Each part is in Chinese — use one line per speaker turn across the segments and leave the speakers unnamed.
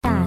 大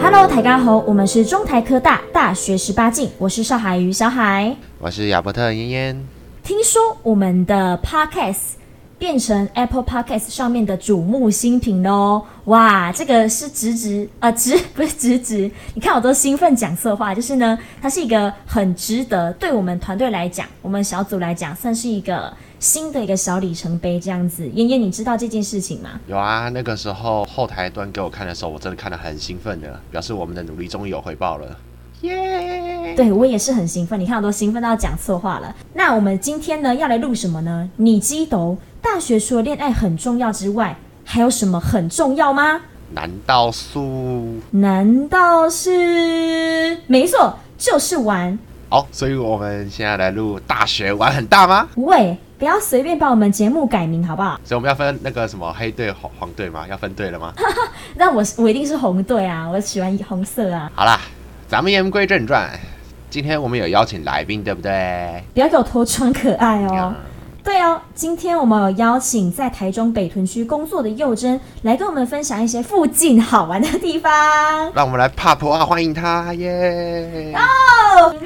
Hello，台家好，我们是中台科大大学十八禁，我是邵海瑜，小海。
我是亚伯特嫣嫣，
听说我们的 Podcast 变成 Apple Podcast 上面的瞩目新品喽！哇，这个是直直啊、呃、直 不是直直，你看我都兴奋讲色话，就是呢，它是一个很值得对我们团队来讲，我们小组来讲，算是一个新的一个小里程碑这样子。嫣嫣，你知道这件事情吗？
有啊，那个时候后台端给我看的时候，我真的看得很兴奋的，表示我们的努力终于有回报了，耶！
对我也是很兴奋，你看我都兴奋到讲错话了。那我们今天呢要来录什么呢？你鸡头，大学除了恋爱很重要之外，还有什么很重要吗？
难道素？
难道是？没错，就是玩。
好，哦所以我们现在来录大学玩很大吗？
喂，不要随便把我们节目改名好不好？
所以我们要分那个什么黑队、黄黄队吗？要分队了吗？
那我我一定是红队啊，我喜欢红色啊。
好啦，咱们言归正传，今天我们有邀请来宾，对不对？
不要给我偷装可爱哦
呀。
对哦，今天我们有邀请在台中北屯区工作的佑珍来跟我们分享一些附近好玩的地方。
让我们来 pop 啊，欢迎他，耶！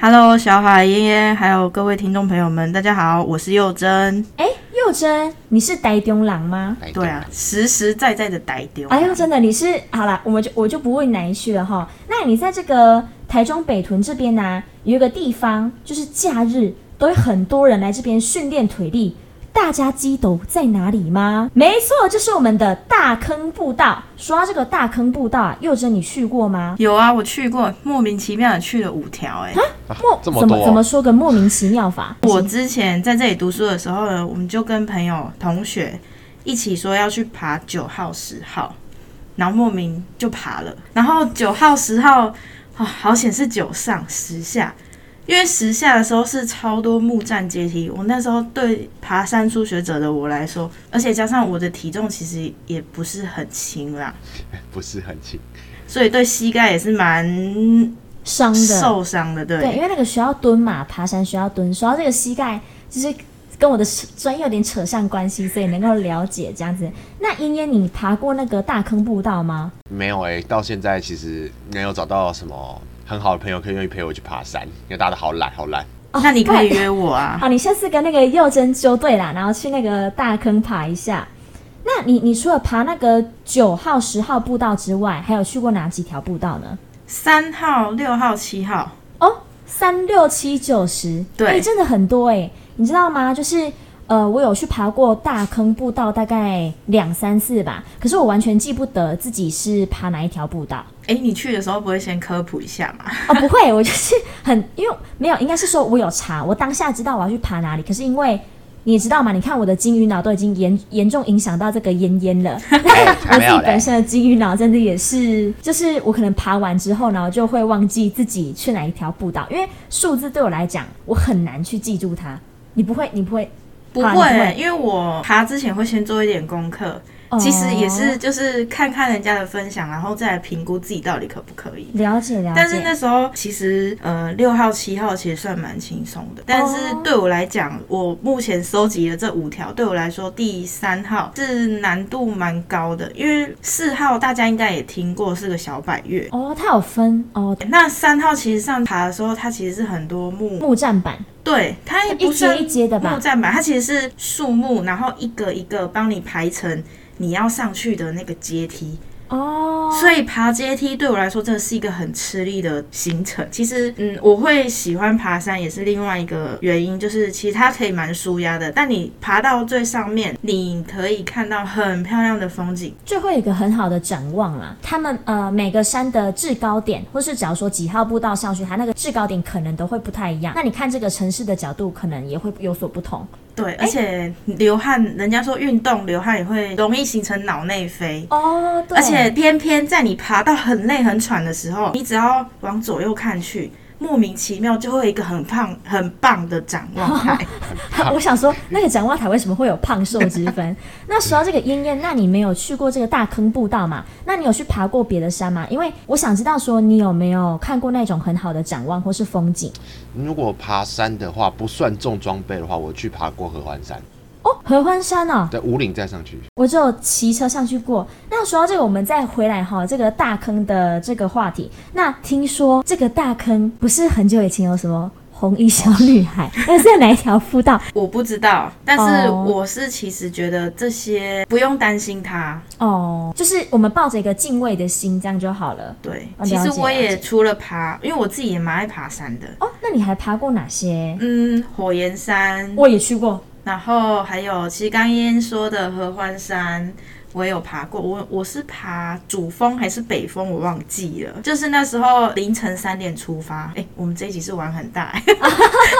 Hello，小海、嫣嫣，还有各位听众朋友们，大家好，我是佑真。
哎，佑珍，你是呆中郎吗？
来
对啊，，实实在在的逮丢。
哎呦，真的，你是好啦，我们就我就不问哪一区了哈。那你在这个台中北屯这边呢、啊有一个地方，就是假日都有很多人来这边训练腿力。大家记得在哪里吗？没错，就是我们的大坑步道。说到这个大坑步道啊，佑真你去过吗？
有啊，我去过，莫名其妙的去了五条、哎，
啊
莫
这么
怎
多
么
哦
怎么说个莫名其妙法？
我之前在这里读书的时候呢，我们就跟朋友、同学一起说要去爬九号、十号，然后莫名就爬了。然后九号、十号，啊，好险是九上十下，因为十下的时候是超多木栈阶梯。我那时候对爬山初学者的我来说，而且加上我的体重其实也不是很轻啦，
不是很近，
所以对膝盖也是蛮
伤的，
受伤的。
对，
对，
因为那个需要蹲嘛，爬山需要蹲。说到这个膝盖，就是跟我的专业有点扯上关系，所以能够了解这样子。那嫣嫣，你爬过那个大坑步道吗？
没有哎、到现在其实没有找到什么很好的朋友可以愿意陪我去爬山，因为大家都好懒，好 懒。
那你可以
不然
约我啊。
哦好，你下次跟那个佑真纠对啦，然后去那个大坑爬一下。那你你除了爬那个九号、十号步道之外，还有去过哪几条步道呢？
三号、六号、七号。
哦，三六七九十，
对
哎真的很多哎、你知道吗？就是呃，我有去爬过大坑步道，大概两三次吧，可是我完全记不得自己是爬哪一条步道。
哎，你去的时候不会先科普一下吗？
哦，不会，我就是很因为没有，应该是说我有查，我当下知道我要去爬哪里，可是因为。你也知道嘛？你看我的金鱼脑都已经严严重影响到这个烟烟了。 我自
哎没有
己
嘞
本身的金鱼脑真的也是，就是我可能爬完之后，然后就会忘记自己去哪一条步道，因为数字对我来讲，我很难去记住它。你不会，你不会，
不
啊你不
会
会，
因为我爬之前会先做一点功课，
哦
其实也是就是看看人家的分享，然后再来评估自己到底可不可以。
了解了解。
但是那时候其实呃六号七号其实算蛮轻松的，但是
哦
对我来讲，我目前收集的这五条对我来说，第三号是难度蛮高的，因为四号大家应该也听过是个小百越，
哦，它有分哦，
那三号其实上爬的时候，它其实是很多木
木栈板
对，它也
一阶
不算
一阶的
木
吧？
栈板，它其实是树木，然后一个一个帮你排成你要上去的那个阶梯。
哦，
所以爬阶梯对我来说，真的是一个很吃力的行程。其实，嗯，我会喜欢爬山也是另外一个原因，就是其实它可以蛮舒压的。但你爬到最上面，你可以看到很漂亮的风景。
最后有一个很好的展望啦。他们呃每个山的制高点，或是假如说几号步道上去，它那个制高点可能都会不太一样。那你看这个城市的角度，可能也会有所不同。
对，而且流汗，人家说运动流汗也会容易形成脑内啡。
哦，对，
而且偏偏在你爬到很累很喘的时候，你只要往左右看去，莫名其妙就会有一个很胖很棒的展望 台。
我想说，那个展望台为什么会有胖瘦之分？那说到这个燕燕，那你没有去过这个大坑步道嘛？那你有去爬过别的山吗？因为我想知道说你有没有看过那种很好的展望或是风景
如果爬山的话，不算重装备的话，我去爬过合欢山，
哦，合欢山哦，
在五岭再上去。
我就骑车上去过。那说到这个，我们再回来哈，这个大坑的这个话题。那听说这个大坑不是很久以前有什么红衣小女孩， 那是在哪一条步道？
我不知道，但是
哦
我是其实觉得这些不用担心它。
哦，就是我们抱着一个敬畏的心，这样就好了。
对，
哦
其
了
实
解
我
了
也
解
除了爬，因为我自己也蛮爱爬山的。
哦，那你还爬过哪些？
嗯，火焰山，
我也去过。
然后还有其实刚燕说的合欢山，我也有爬过。我我是爬主峰还是北峰，我忘记了。就是那时候凌晨三点 出发。哎，我们这一集是玩很大、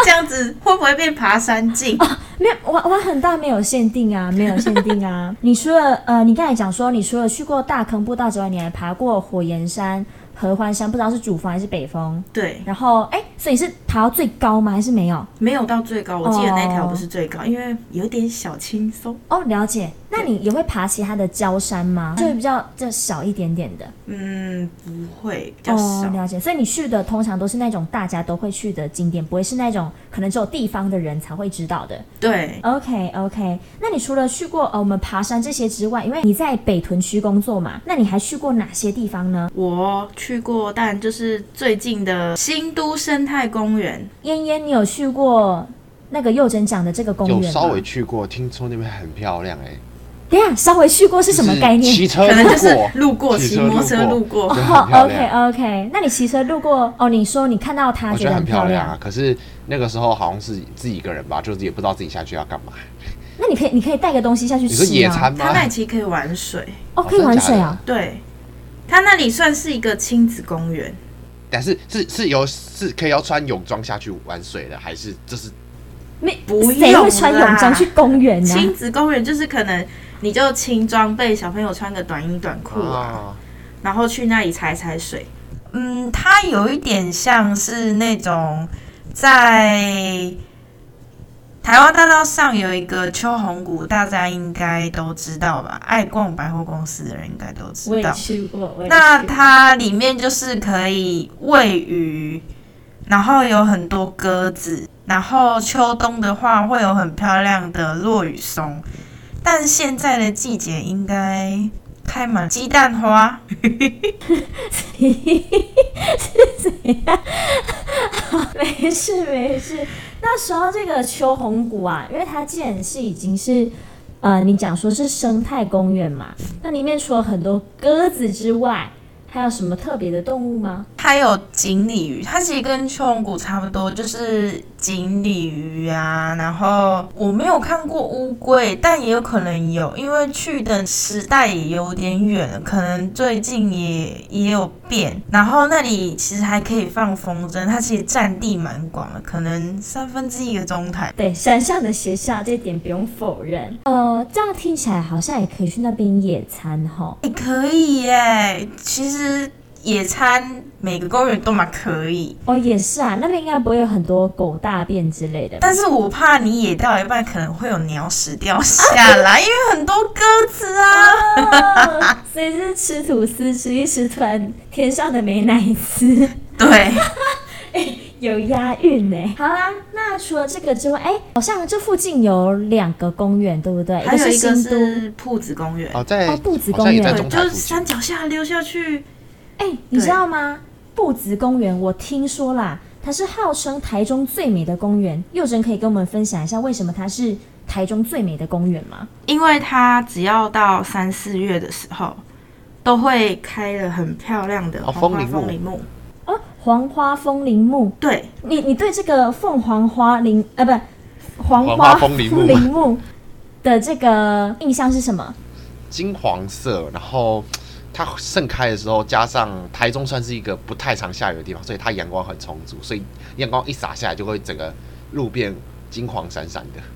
这样子会不会变爬山镜？
没有玩玩很大没有限定啊，没有限定啊。 你除了呃，你刚才讲说，你除了去过大坑步道之外，你还爬过火焰山、合欢山，不知道是主峰还是北峰。
对，
然后哎，所以你是爬到最高吗？还是没有？
没有到最高，我记得那条
哦
不是最高，因为有点小轻松。
哦，了解。那你也会爬其他的焦山吗？就是比较就小一点点的。
嗯，不会，比较
哦
少。，
了解。所以你去的通常都是那种大家都会去的景点，不会是那种可能只有地方的人才会知道的。
对，
OK OK。那你除了去过呃我们爬山这些之外，因为你在北屯区工作嘛，那你还去过哪些地方呢？
我去过，但就是最近的新都生态公园，
燕燕，你有去过那个幼珍讲的这个公园
有
吗？
稍微去过，听说那边很漂亮哎、
等一下啊稍微去过是什么概
就
念
是？骑车
可能
路
就是
过，
路 过骑摩托车路过
对，
哦
很漂
，OK
亮。
OK，那你骑车路过哦，你说你看到它
我觉得很
很
漂
漂
亮啊，可是那个时候好像是自己一个人吧，就是也不知道自己下去要干
啊
嘛。
那你可以你可以带个东西下去
你说
骑
野
吗？
餐吗
它？那里其实可以玩水，
哦，
哦
可以玩水啊，
对，它那里算是一个亲子公园，
但是是是有是可以要穿泳装下去玩水的，还是这是
没
不
谁
用
会穿泳装
啦
去啊公园呢、
亲子公园就是可能你就轻装备，小朋友穿个短衣短裤啊，
啊？
然后去那里踩踩水。嗯，它有一点像是那种在台湾大道上有一个秋红谷，大家应该都知道吧？爱逛百货公司的人应该都知道。
去过，我也
那它里面就是可以喂鱼，然后有很多鸽子，然后秋冬的话会有很漂亮的落羽松，但现在的季节应该开满鸡蛋花。
没事没事。那说到这个秋红谷啊，因为它既然是已经是，呃，你讲说是生态公园嘛，那里面除了很多鸽子之外，还有什么特别的动物吗？
还有锦鲤鱼，它其实跟秋红谷差不多，就是锦鲤鱼啊。然后我没有看过乌龟，但也有可能有，因为去的时代也有点远了，可能最近也也有变。然后那里其实还可以放风筝，它其实占地蛮广的，可能三分之一个中台。
对，山上的学校这一点不用否认。呃，这样听起来好像也可以去那边野餐哈。
也可以耶，其实野餐每个公园都蛮可以。
哦，也是啊，那边应该不会有很多狗大便之类 的吧。
但是我怕你野到一半可能会有鸟屎掉下来，因为很多鸽子 啊。
哦所以是吃吐司吃一吃，突然天上的美乃滋。
对，
有押韵呢、好啦，那除了这个之外，哎、好像这附近有两个公园，对不对？
还有
是
一个
新都，
是铺子公园，
哦，在
哦步子
好像也
公园
在
对，
中
就
台
是
附近
山脚下溜下去。
哎、你知
对
道吗？步子公园，我听说啦，它是号称台中最美的公园。佑真可以跟我们分享一下，为什么它是台中最美的公园吗？
因为它只要到三四月的时候，都会开了很漂亮的
哦风
红花
铃木
风铃木。
哦，黄花风铃木，
对，
你你对这个凤凰花铃呃不，黄
黄
花
花风铃木
木的这个印象是什么？
金黄色，然后它盛开的时候，加上台中算是一个不太常下雨的地方，所以它阳光很充足，所以阳光一洒下来就会整个路变金黄闪闪的。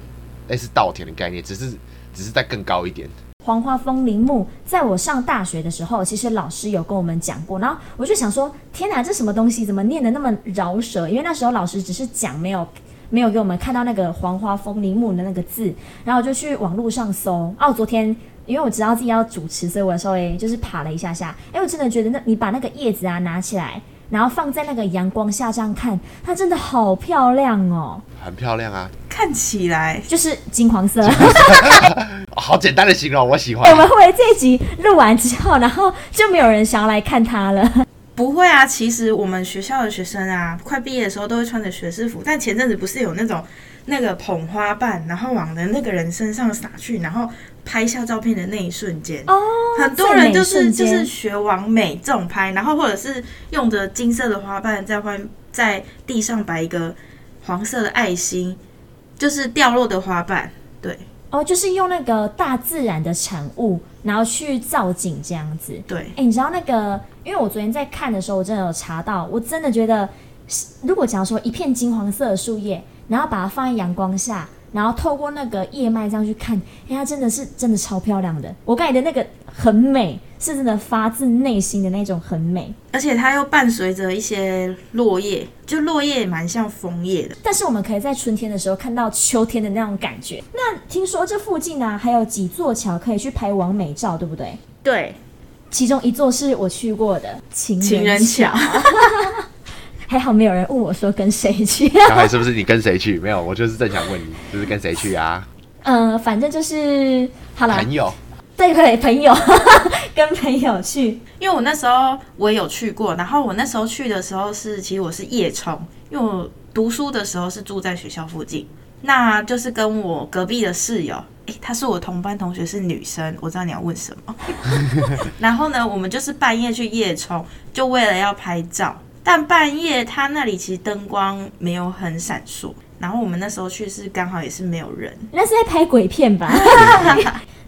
类似稻田的概念，只是只是在更高一点。
黄花风铃木，在我上大学的时候，其实老师有跟我们讲过，然后我就想说，天哪，这什么东西，怎么念的那么饶舌？因为那时候老师只是讲，没有没有给我们看到那个黄花风铃木的那个字，然后我就去网络上搜。哦，昨天因为我知道自己要主持，所以我稍微就是爬了一下下，哎，我真的觉得那你把那个叶子啊拿起来，然后放在那个阳光下这样看，它真的好漂亮哦，
很漂亮啊！
看起来
就是金黄色。
哦好简单的形容，我喜
我
欢。
们会这一集录完之后，然后就没有人想要来看它了。
不会啊，其实我们学校的学生啊，快毕业的时候都会穿着学士服，但前阵子不是有那种那个捧花瓣，然后往的那个人身上撒去，然后拍下照片的那一瞬间，
哦，
很多人
最
就是
美瞬
就
间
是学完美这种拍，然后或者是用着金色的花瓣在换在地上摆一个黄色的爱心，就是掉落的花瓣，对
哦，就是用那个大自然的产物，然后去造景这样子。
对
哎、，你知道那个？因为我昨天在看的时候，我真的有查到，我真的觉得，如果假如说一片金黄色的树叶，然后把它放在阳光下，然后透过那个叶脉这样去看，哎、它真的是真的超漂亮的。我感觉的那个很美，是真的发自内心的那种很美。
而且它又伴随着一些落叶，就落叶也蛮像枫叶的。
但是我们可以在春天的时候看到秋天的那种感觉。那听说这附近呢、还有几座桥可以去拍完美照，对不对？
对，
其中一座是我去过的情
情人
人
桥，
还好没有人问我说跟谁去。
小海是不是你跟谁去？没有，我就是正想问你，就是跟谁去啊？
嗯，反正就是好了
朋，友，
对对，朋友 跟朋友去。
因为我那时候我也有去过，然后我那时候去的时候是，其实我是夜冲，因为我读书的时候是住在学校附近，那就是跟我隔壁的室友，诶，她是我同班同学，是女生，我知道你要问什么。 然后呢，我们就是半夜去夜冲，就为了要拍照，但半夜它那里其实灯光没有很闪烁，然后我们那时候去是刚好也是没有人，
那是在拍鬼片 吧？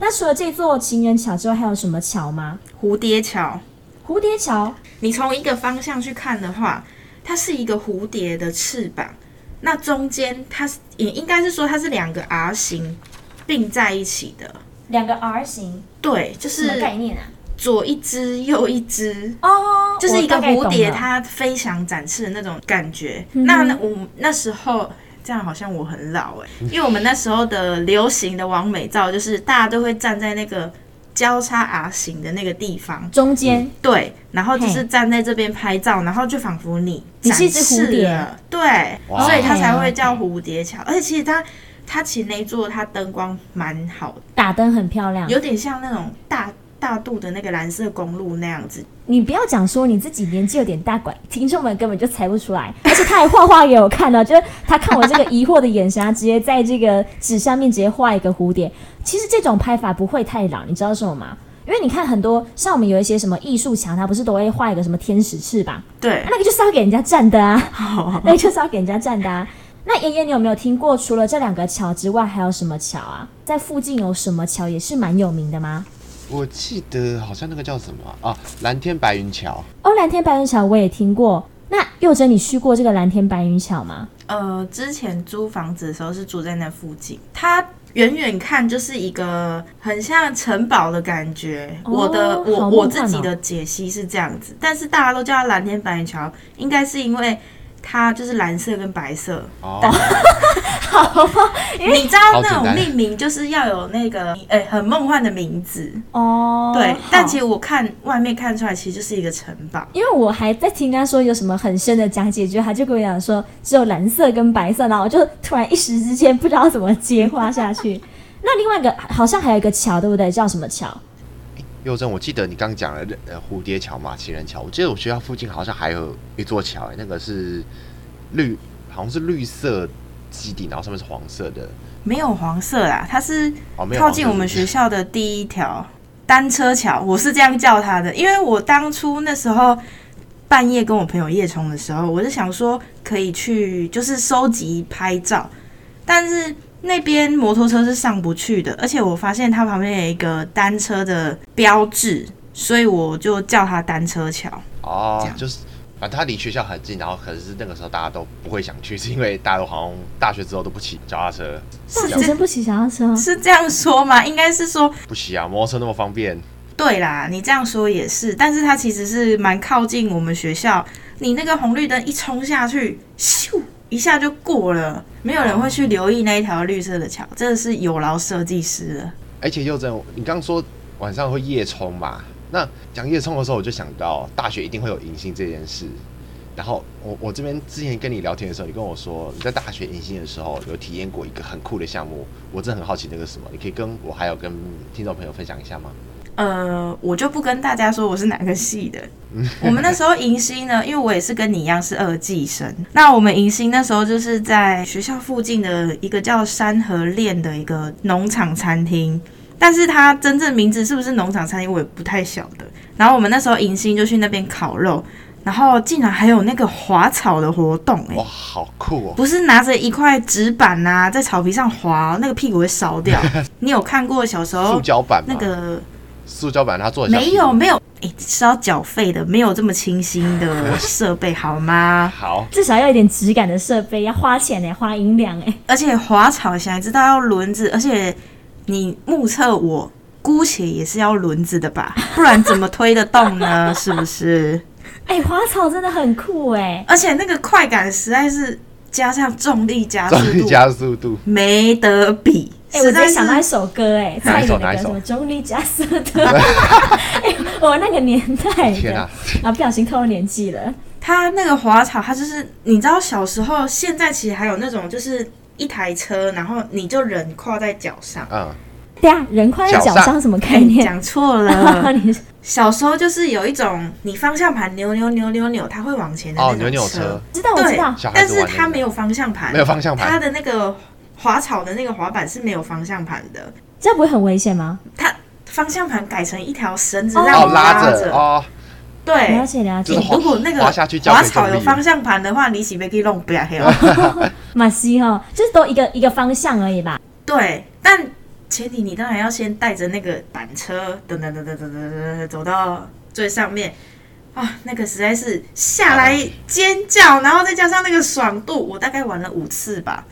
那除了这座情人桥之外，还有什么桥吗？
蝴蝶桥。
蝴蝶桥
你从一个方向去看的话，它是一个蝴蝶的翅膀，那中间它是也应该是说它是两个 R 型并在一起的。
两个 R 型
对，就
什么
是
概念啊？
左一只右一只，
哦，
就是一个
我大概
蝴蝶
懂了
它飞翔展翅的那种感觉。
嗯
那那我那时候这样好像我很老哎、因为我们那时候的流行的完美照就是大家都会站在那个交叉 R 型的那个地方，
中间。
对，然后就是
嘿
站在这边拍照，然后就仿佛你
你
展
是一只
翅
蝴蝶
了，对，
哇
所以它才
OK，OK
会叫蝴蝶桥。而且其实它它其实那一座它灯光蛮好的，
打灯很漂亮。
有点像那种大大肚的那个蓝色公路那样子。
你不要讲说你自己年纪有点大，管听众们根本就猜不出来。 而且他还画画给我看了，就是他看我这个疑惑的眼神，他啊直接在这个纸上面直接画一个蝴蝶。其实这种拍法不会太老，你知道什么吗？因为你看很多像我们有一些什么艺术墙，它不是都会画一个什么天使翅膀，
对
那个就是要给人家站的啊，那个就是要给人家站的啊。那妍妍，你有没有听过除了这两个桥之外，还有什么桥啊？在附近有什么桥也是蛮有名的吗？
我记得好像那个叫什么啊？蓝天白云桥，
哦，蓝天白云桥我也听过。那佑真，你去过这个蓝天白云桥吗？
呃，之前租房子的时候是住在那附近，它远远看就是一个很像城堡的感觉。
哦
我的我、
好梦
我
幻
自
哦
己的解析是这样子，但是大家都叫它蓝天白云桥，应该是因为它就是蓝色跟白色。
哦，
你知道
好
那
简
种
单
命名就是要有那个诶、很梦幻的名字，
哦，
对。
好
但其实我看外面看出来，其实就是一个城堡。
因为我还在听他说有什么很深的讲解，就他就跟我讲说只有蓝色跟白色，然后我就突然一时之间不知道怎么接话下 去。那另外一个好像还有一个桥，对不对？叫什么桥？
佑正，我记得你刚讲了呃蝴蝶桥嘛，情人桥。我记得我学校附近好像还有一座桥、欸，那个是绿，好像是绿色基底，然后上面是黄色的。
没有黄色啦，它是
哦没有
靠
黄
近
色
我们
是不
学
是
校的第一条单车桥，我是这样叫它的，因为我当初那时候半夜跟我朋友夜冲的时候，我就想说可以去就是收集拍照，但是那边摩托车是上不去的，而且我发现它旁边有一个单车的标志，所以我就叫它单车桥。这
哦
样，
就是反正它离学校很近，然后可是那个时候大家都不会想去，是因为大家都好像大学之后都不骑脚踏车，
大学生不骑脚踏车，
是这样说吗？应该是说，
不骑啊，摩托车那么方便，
对啦，你这样说也是，但是它其实是蛮靠近我们学校，你那个红绿灯一冲下去，咻一下就过了，没有人会去留意那一条绿色的桥，真的是有劳设计师了。
而且又真，你刚说晚上会夜冲嘛？那讲夜冲的时候，我就想到大学一定会有迎新这件事。然后我我这边之前跟你聊天的时候，你跟我说你在大学迎新的时候有体验过一个很酷的项目，我真的很好奇那个是什么，你可以跟我还有跟听众朋友分享一下吗？
呃，我就不跟大家说我是哪个系 的。我们那时候迎新呢，因为我也是跟你一样是二技生。那我们迎新那时候就是在学校附近的一个叫山河恋的一个农场餐厅，但是它真正名字是不是农场餐厅我也不太晓得。然后我们那时候迎新就去那边烤肉，然后竟然还有那个滑草的活动、欸，
哇，好酷哦！
不是拿着一块纸板呐、在草皮上滑，那个屁股会烧 掉。你有看过小时候
塑胶板吗
哦那个？
塑胶板它做的像
没有没有，哎、是要缴费的，没有这么清新的设备好吗？
好，
至少要有点质感的设备，要花钱哎、花银两哎。
而且滑草想也知道要轮子，而且你目测我姑且也是要轮子的吧，不然怎么推得动呢？是不是？
哎、花草真的很酷哎、
而且那个快感实在是加上重力加速
终于
度，
加速度，
没得比。
哎、
实
我
在
在
是
想到一首歌、哎，
哪
蔡
一首
依林的
哪一
歌，什
首
么《中力加速度》哎 我那个年代
天
的，
啊
啊，不小心透露年纪了。
它那个滑草，它就是你知道小时候，现在其实还有那种就是一台车，然后你就人跨在脚上。
嗯，
对啊，人跨在
脚
脚
上
上什么概
哎，你
念？。
讲啊错 了
你
小时候就是有一种你方向盘扭扭扭扭扭，它会往前的那
哦，
种
扭扭
车
车，，
知道我知
对
道，
小孩
但
子玩
是
的
它没有方向盘，
没有方向盘
它的那个滑草的那个滑板是没有方向盘的，
这样不会很危险吗？
它方向盘改成一条绳子
哦
让
哦
你
拉
着，
着哦，
对
了。解了解
就是，滑
如果那个
滑下去交给
滑草
重力
有方向盘的话，你岂被可以弄不了黑哦？
马西哈，就是都一个一个方向而已吧。
对，但前提你当然要先带着那个板车，噔噔噔噔噔噔噔噔，走到最上面。啊，那个实在是下来尖叫，然后再加上那个爽度，我大概玩了五次吧，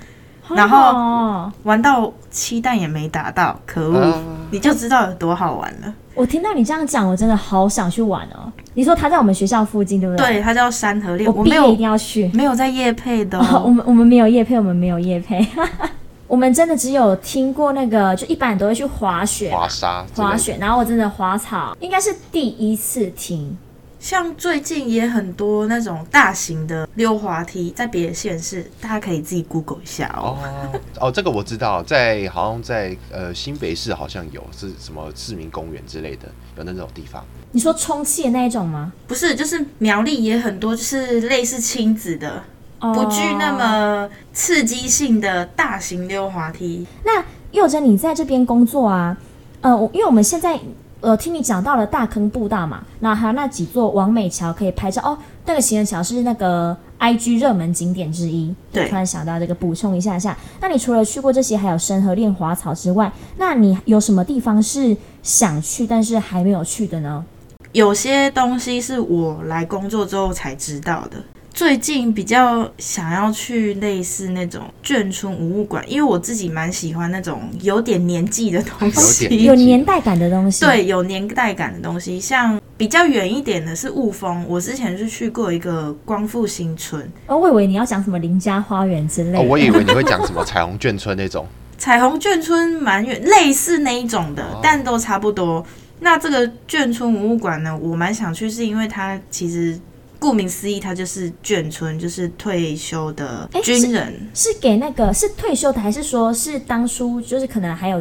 然后
好好哦
玩到七弹也没打到，可恶！
啊
你就知道有多好玩了。
我听到你这样讲，我真的好想去玩哦。你说他在我们学校附近，对不对？
对，它叫山河恋，
我
我
毕
没
业一
有
定要去。
没有在夜配的
哦， 我
哦。
们我们没有叶配，我们没有叶配， 我们真的只有听过那个，就一般人都会去滑雪嘛，
滑沙之类的，
滑雪，然后我真的滑草，应该是第一次听。
像最近也很多那种大型的溜滑梯，在别的县市，大家可以自己 Google 一下哦。
哦哦，这个我知道，在好像在呃新北市好像有是什么市民公园之类的，有那种地方。
你说充气的那一种吗？
不是，就是苗栗也很多，就是类似亲子的，
哦
不具那。么刺激性的大型溜滑梯。
那佑真，你在这边工作啊？呃，我因为我们现在呃听你讲到了大坑步道嘛，那还有那几座王美桥可以拍照哦。那个行人桥是那个 IG 热门景点之一。
对
突然想到这个，补充一下下。那你除了去过这些还有深河练滑草之外，那你有什么地方是想去但是还没有去的呢？
有些东西是我来工作之后才知道的。最近比较想要去类似那种眷村博物馆，因为我自己蛮喜欢那种有点年纪的东
有点
西
有，年代感的东西。。
对，有年代感的东西。像比较远一点的是雾峰，我之前是去过一个光复新村，
哦，我以为你要讲什么林家花园之类的。
哦，我以为你会讲什么彩虹眷村那种，
彩虹眷村蛮远，类似那一种的，
哦
但都差不多。那这个眷村博物馆呢，我蛮想去，是因为它其实顾名思义，它就是眷村，就是退休的
诶
军人。
是给那个是退休的，还是说是当初就是可能还有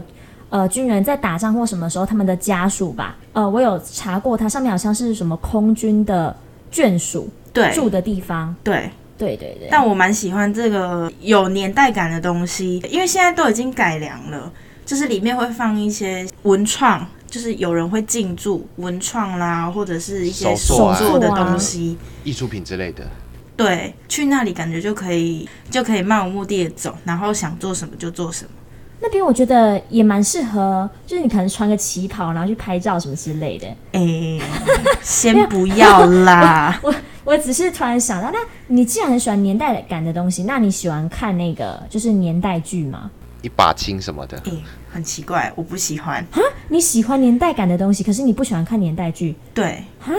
呃军人在打仗或什么时候他们的家属吧？呃，我有查过，它上面好像是什么空军的眷属
对
住的地方。
对，
对对对，
但我蛮喜欢这个有年代感的东西，因为现在都已经改良了，就是里面会放一些文创，就是有人会进驻文创啦，或者是一
手
些手
作啊
做的
手作啊
东西。
艺术品之类的。
对，去那里感觉就可以就可以漫无目的的走，然后想做什么就做什么。
那边我觉得也蛮适合，就是你可能穿个旗 袍，然后去拍照什么之类的。
哎、先不要啦，
我只是突然想到，那你既然很喜欢年代感的东西，那你喜欢看那个就是年代剧吗？
一把青什么的，
诶、很奇怪，我不喜欢。
你喜欢年代感的东西，可是你不喜欢看年代剧
对
哈？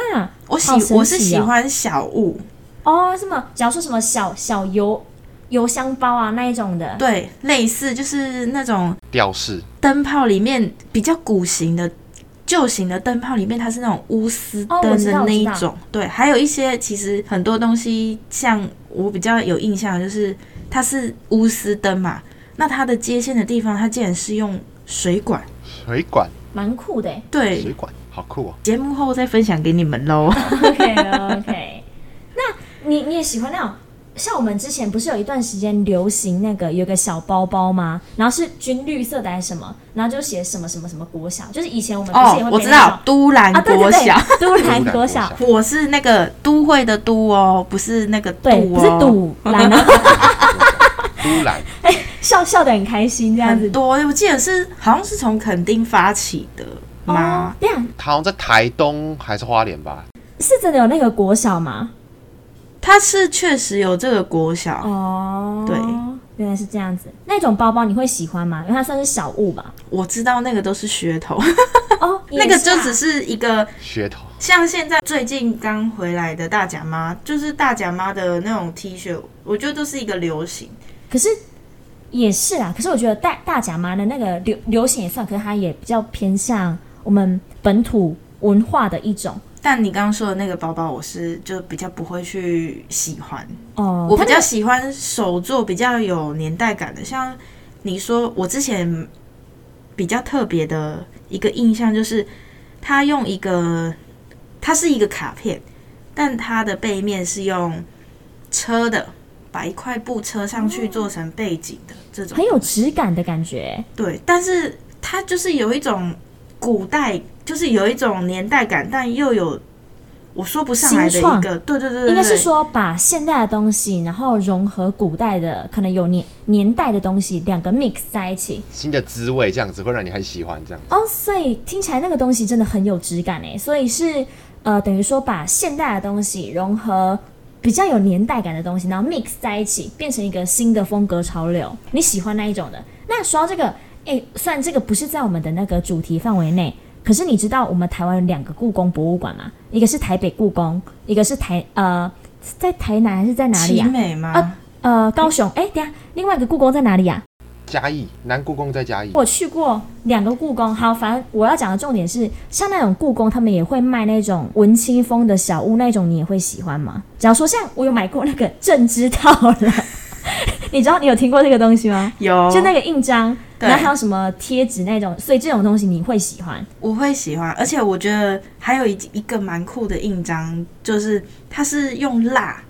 我喜、
好神奇哦
我是喜欢小物，
哦，什么？假如说什么小小邮邮箱包啊那一种的，
对，类似就是那种
吊饰
灯泡里面比较古型的。旧型的灯泡里面，它是那种钨丝
哦
灯
我知
的
道
那一
我知
种，对，还有一些其实很多东西，像我比较有印象的就是它是钨丝灯嘛，那它的接线的地方，它竟然是用水管，
水管，
蛮酷 的欸。
对，
水管好酷哦。
节目后再分享给你们 喽。
OK OK，那你你也喜欢那种？像我们之前不是有一段时间流行那个有个小包包吗？然后是军绿色的还是什么？然后就写什么什么什么国小，就是以前我们不是也
哦
会，
我
背
知
那
道
种
都兰
啊，对
国
对
小，
对，都兰
都兰
国
国
小
小，
我是那个都会的都哦，不是那个度
对，不是
哦，
堵兰啊，
都兰
笑笑的很开心这样子
很。多。我记得是好像是从垦丁发起的
哦
吗？，
这样
它好像在台东还是花莲吧？
是真的有那个国小吗？
它是确实有这个国小，
哦，
对，
原来是这样子。那种包包你会喜欢吗？因为它算是小物 吧。
我知道那个都是噱头，
哦，也
那个
是啊
就只是一个
噱头，
像现在最近刚回来的大甲妈，就是大甲妈的那种 T 恤，我觉得都是一个流行。
可是也是啊，可是我觉得大大甲妈的那个流流行也算，可是它也比较偏向我们本土文化的一种
但你刚刚说的那个包包，我是就比较不会去喜欢。
哦。
我比
它那
较喜欢手作比较有年代感的，像你说，我之前比较特别的一个印象就是，它用一个，它是一个卡片，但它的背面是用车的，把一块布车上去做成背景的这种
很，有质感的感觉，
对，但是它就是有一种古代，就是有一种年代感，但又有我说不上来的
新
一
创
个，对对对对，
应该是
对
说把现代的东西，然后融合古代的可能有年年代的东西，两个 mix 在一起。
新的滋味这样子会让你很喜欢这样。
哦，所以听起来那个东西真的很有质感欸诶，所以是呃，等于说把现代的东西融合比较有年代感的东西，然后 mix 在一起，变成一个新的风格潮流。你喜欢那一种的？那说到这个，诶，虽然这个不是在我们的那个主题范围内，可是你知道我们台湾有两个故宫博物馆吗？一个是台北故宫，一个是台呃，在台南还是在哪里
奇
啊？
美吗？
啊呃，高雄。诶，等一下，另外一个故宫在哪里啊？
嘉义南故宫在嘉义，
我去过两个故宫，好，反正我要讲的重点是，像那种故宫，他们也会卖那种文青风的小屋，那种你也会喜欢吗？假如说像我有买过那个郑知道了， 你知道你有听过这个东西吗？
有，
就那个印章，
对
然后还有什么贴纸那种，所以这种东西你会喜欢
我会喜欢，而且我觉得还有一一个蛮酷的印章，就是它是用蜡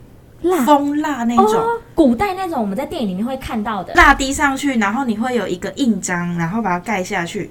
蜡
蜂蜡那种、
哦，古代那种我们在电影里面会看到的，
蜡滴上去，然后你会有一个印章，然后把它盖下去，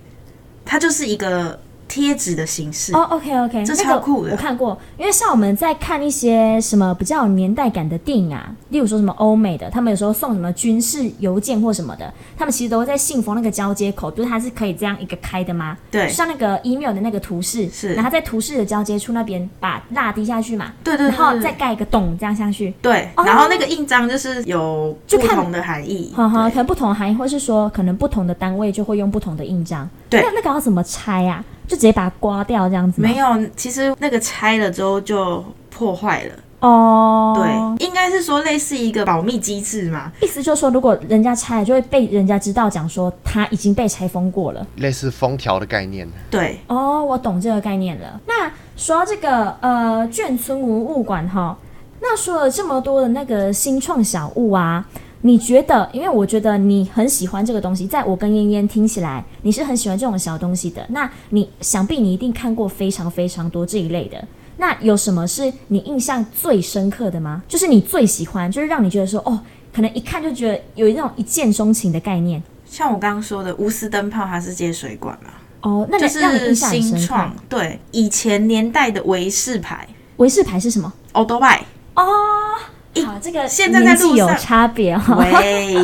它就是一个贴纸的形式。
哦，OK OK，
这超酷的
我看过，因为像我们在看一些什么比较有年代感的电影啊，例如说什么欧美的，他们有时候送什么军事邮件或什么的，他们其实都会在信封那个交接口，就是它是可以这样一个开的吗？
对
就像那个 email 的那个图示，
是
然后在图示的交接处那边把蜡滴下去嘛，
对对对
然后
对
再
对
盖一个洞这样下去，
对，
哦
然后那个印章就是有
就
不
看
同的含义。
呵呵，
嗯对
可能不同含义，或是说可能不同的单位就会用不同的印章，
对
那那个要怎么拆啊？就直接把它刮掉这样子吗？
没有，其实那个拆了之后就破坏了。
哦，
对，应该是说类似一个保密机制嘛。
意思就是说，如果人家拆了，就会被人家知道，讲说它已经被拆封过了。
类似封条的概念。
对，
哦，我懂这个概念了。那说到这个呃眷村文物馆哈，那说了这么多的那个新创小物啊，你觉得？因为我觉得你很喜欢这个东西，在我跟燕燕听起来，你是很喜欢这种小东西的。那你想必你一定看过非常非常多这一类的。那有什么是你印象最深刻的吗？就是你最喜欢，就是让你觉得说哦，可能一看就觉得有那种一见钟情的概念。
像我刚刚说的，钨丝灯泡它是接水管嘛。
哦，那你、
就是
让你印象很
新
深刻。
创，对以前年代的维士牌
维士牌是什么？
o d o b y
哦，好，这个
现在在
年纪
路
有
上
差别哦哈、
喂，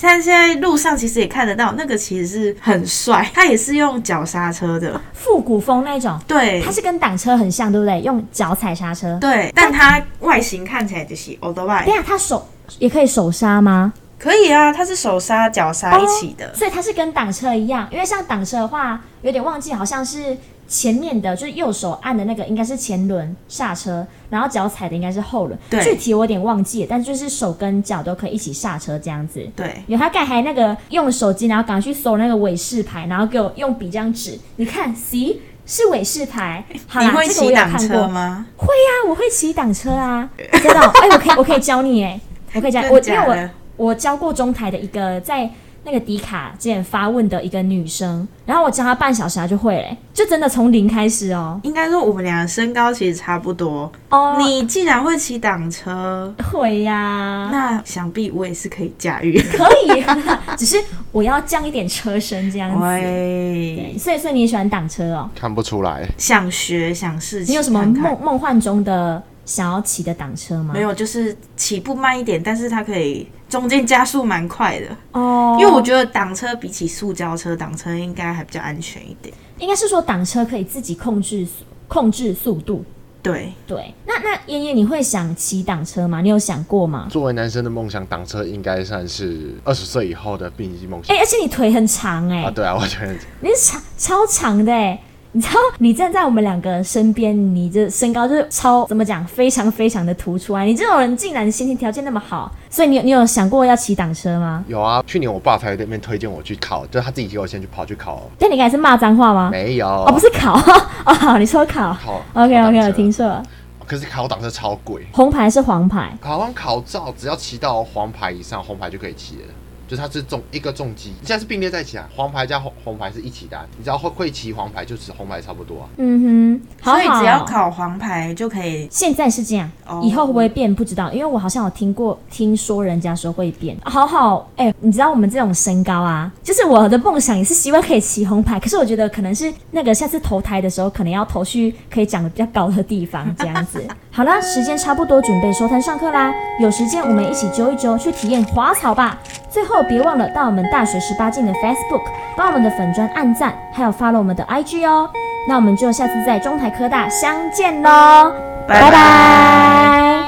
但现在路上其实也看得到，那个其实是很帅，他也是用脚刹车的，
复古风那种，
对
它，是跟挡车很像，对不对？用脚踩刹车。
对，但他外形看起来就是 old bike，
对啊，它手也可以手刹吗？
可以啊，它是手刹脚刹一起的，
所以它是跟挡车一样，因为像挡车的话，有点忘记，好像是前面的，就是右手按的那个应该是前轮刹车，然后脚踩的应该是后轮。
对
具体我有点忘记了，但就是手跟脚都可以一起刹车这样子。
对，
有他盖还那个用手机，然后赶快去搜那个韦氏牌，然后给我用笔这样指，你 看，see 是韦氏牌。好
你
啦，
会
这个我
骑
有
挡
看
车
过。
吗？
会呀、我会骑挡车啊，真的哦、哎、我可以，我可以教你哎、我可以教你，我
真
因为
假
我
的？
我教过中台的一个在那个迪卡之前发问的一个女生，然后我教她半小时，她就会嘞、就真的从零开始哦。
应该说我们俩身高其实差不多，
哦，
你既然会骑挡车，
会呀、
那想必我也是可以驾驭。
可以、 只是我要降一点车身这样子。
喂，
所以，所以你喜欢挡车哦？
看不出来，
想学想试骑看看，
你有什么梦梦幻中的想要骑的挡车吗？
没有，就是起步慢一点，但是它可以中间加速蛮快的，
哦，
因为我觉得挡车比起塑胶车，挡车应该还比较安全一点。
应该是说挡车可以自己控制速控制速度。
对，
对，那那燕燕，你会想骑挡车吗？你有想过吗？
作为男生的梦想，挡车应该算是二十岁以后的必经梦
哎、
想、
而且你腿很长哎、
啊。对啊，我觉得
你是长超长的哎、你知道你站在我们两个身边，你这身高就是超怎么讲，非常非常的突出啊！你这种人竟然先天条件那么好，所以你有你有想过要骑挡车吗？
有啊。去年我爸才在那边推荐我去考，就是他自己给我先去跑去考，
但你刚才是骂脏话吗？
没有，
哦，不是考 哦，好，你说 考
考
，OK
考
OK，
挡车
我听错了，
可是考挡车超贵，
红牌是黄牌，
好像考照只要骑到黄牌以上，红牌就可以骑了。就是它是重一个重机，现在是并列在一起啊，黄牌加红红牌是一起的啊、你只要会会骑黄牌，就骑红牌差不多啊。
嗯哼，好好
所以只要
哦
考黄牌就可以。
现在是这样
哦，
以后会不会变不知道，因为我好像有听过听说人家说会变。好好，哎、你知道我们这种身高啊，就是我的梦想也是希望可以骑红牌，可是我觉得可能是那个下次投胎的时候，可能要投去可以长得比较高的地方这样 子。好啦，时间差不多，准备收摊上课啦。有时间我们一起揪一揪，去体验滑草吧。最后别忘了到我们大学十八禁的 Facebook 帮我们的粉砖按赞，还有 follow 我们的 IG 哦。那我们就下次在中台科大相见喽。拜拜。